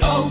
Oh,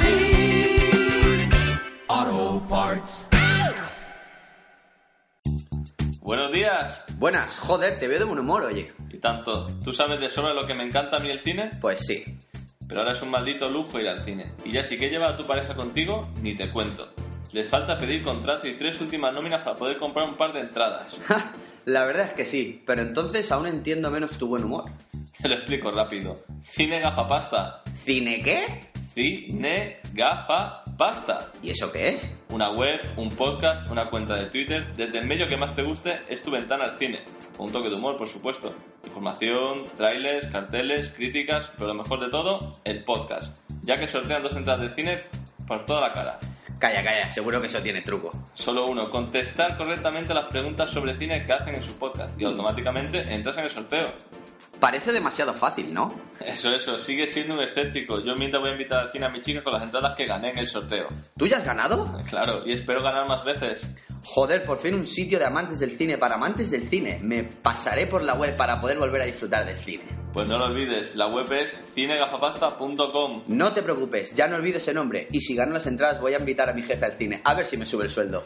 Auto Parts. Buenos días. Buenas, joder, te veo de buen humor, oye. Y tanto, tú sabes de sobra lo que me encanta a mí el cine, Pues sí. pero ahora es un maldito lujo ir al cine. Y ya si que lleva a tu pareja contigo, ni te cuento. Les falta pedir contrato y tres últimas nóminas para poder comprar un par de entradas. Ja, La verdad es que sí, pero entonces aún entiendo menos tu buen humor. Te lo explico rápido. Cine gafa pasta. ¿Cine qué? Cine gafa pasta. ¿Y eso qué es? Una web, un podcast, una cuenta de Twitter, desde el medio que más te guste es tu ventana al cine. Con un toque de humor, por supuesto. Información, trailers, carteles, críticas, pero lo mejor de todo, el podcast. Ya que sortean dos entradas de cine por toda la cara. Calla, calla, seguro que eso tiene truco. Solo uno, contestar correctamente las preguntas sobre cine que hacen en su podcast y automáticamente entras en el sorteo. Parece demasiado fácil, ¿no? Eso, eso, sigue siendo un escéptico. Yo mientras voy a invitar al cine a mi chica con las entradas que gané en el sorteo. ¿Tú ya has ganado? Claro, y espero ganar más veces. Joder, por fin un sitio de amantes del cine para amantes del cine. Me pasaré por la web para poder volver a disfrutar del cine. Pues no lo olvides, la web es cinegafapasta.com. No te preocupes, ya no olvido ese nombre. Y si gano las entradas voy a invitar a mi jefe al cine. A ver si me sube el sueldo.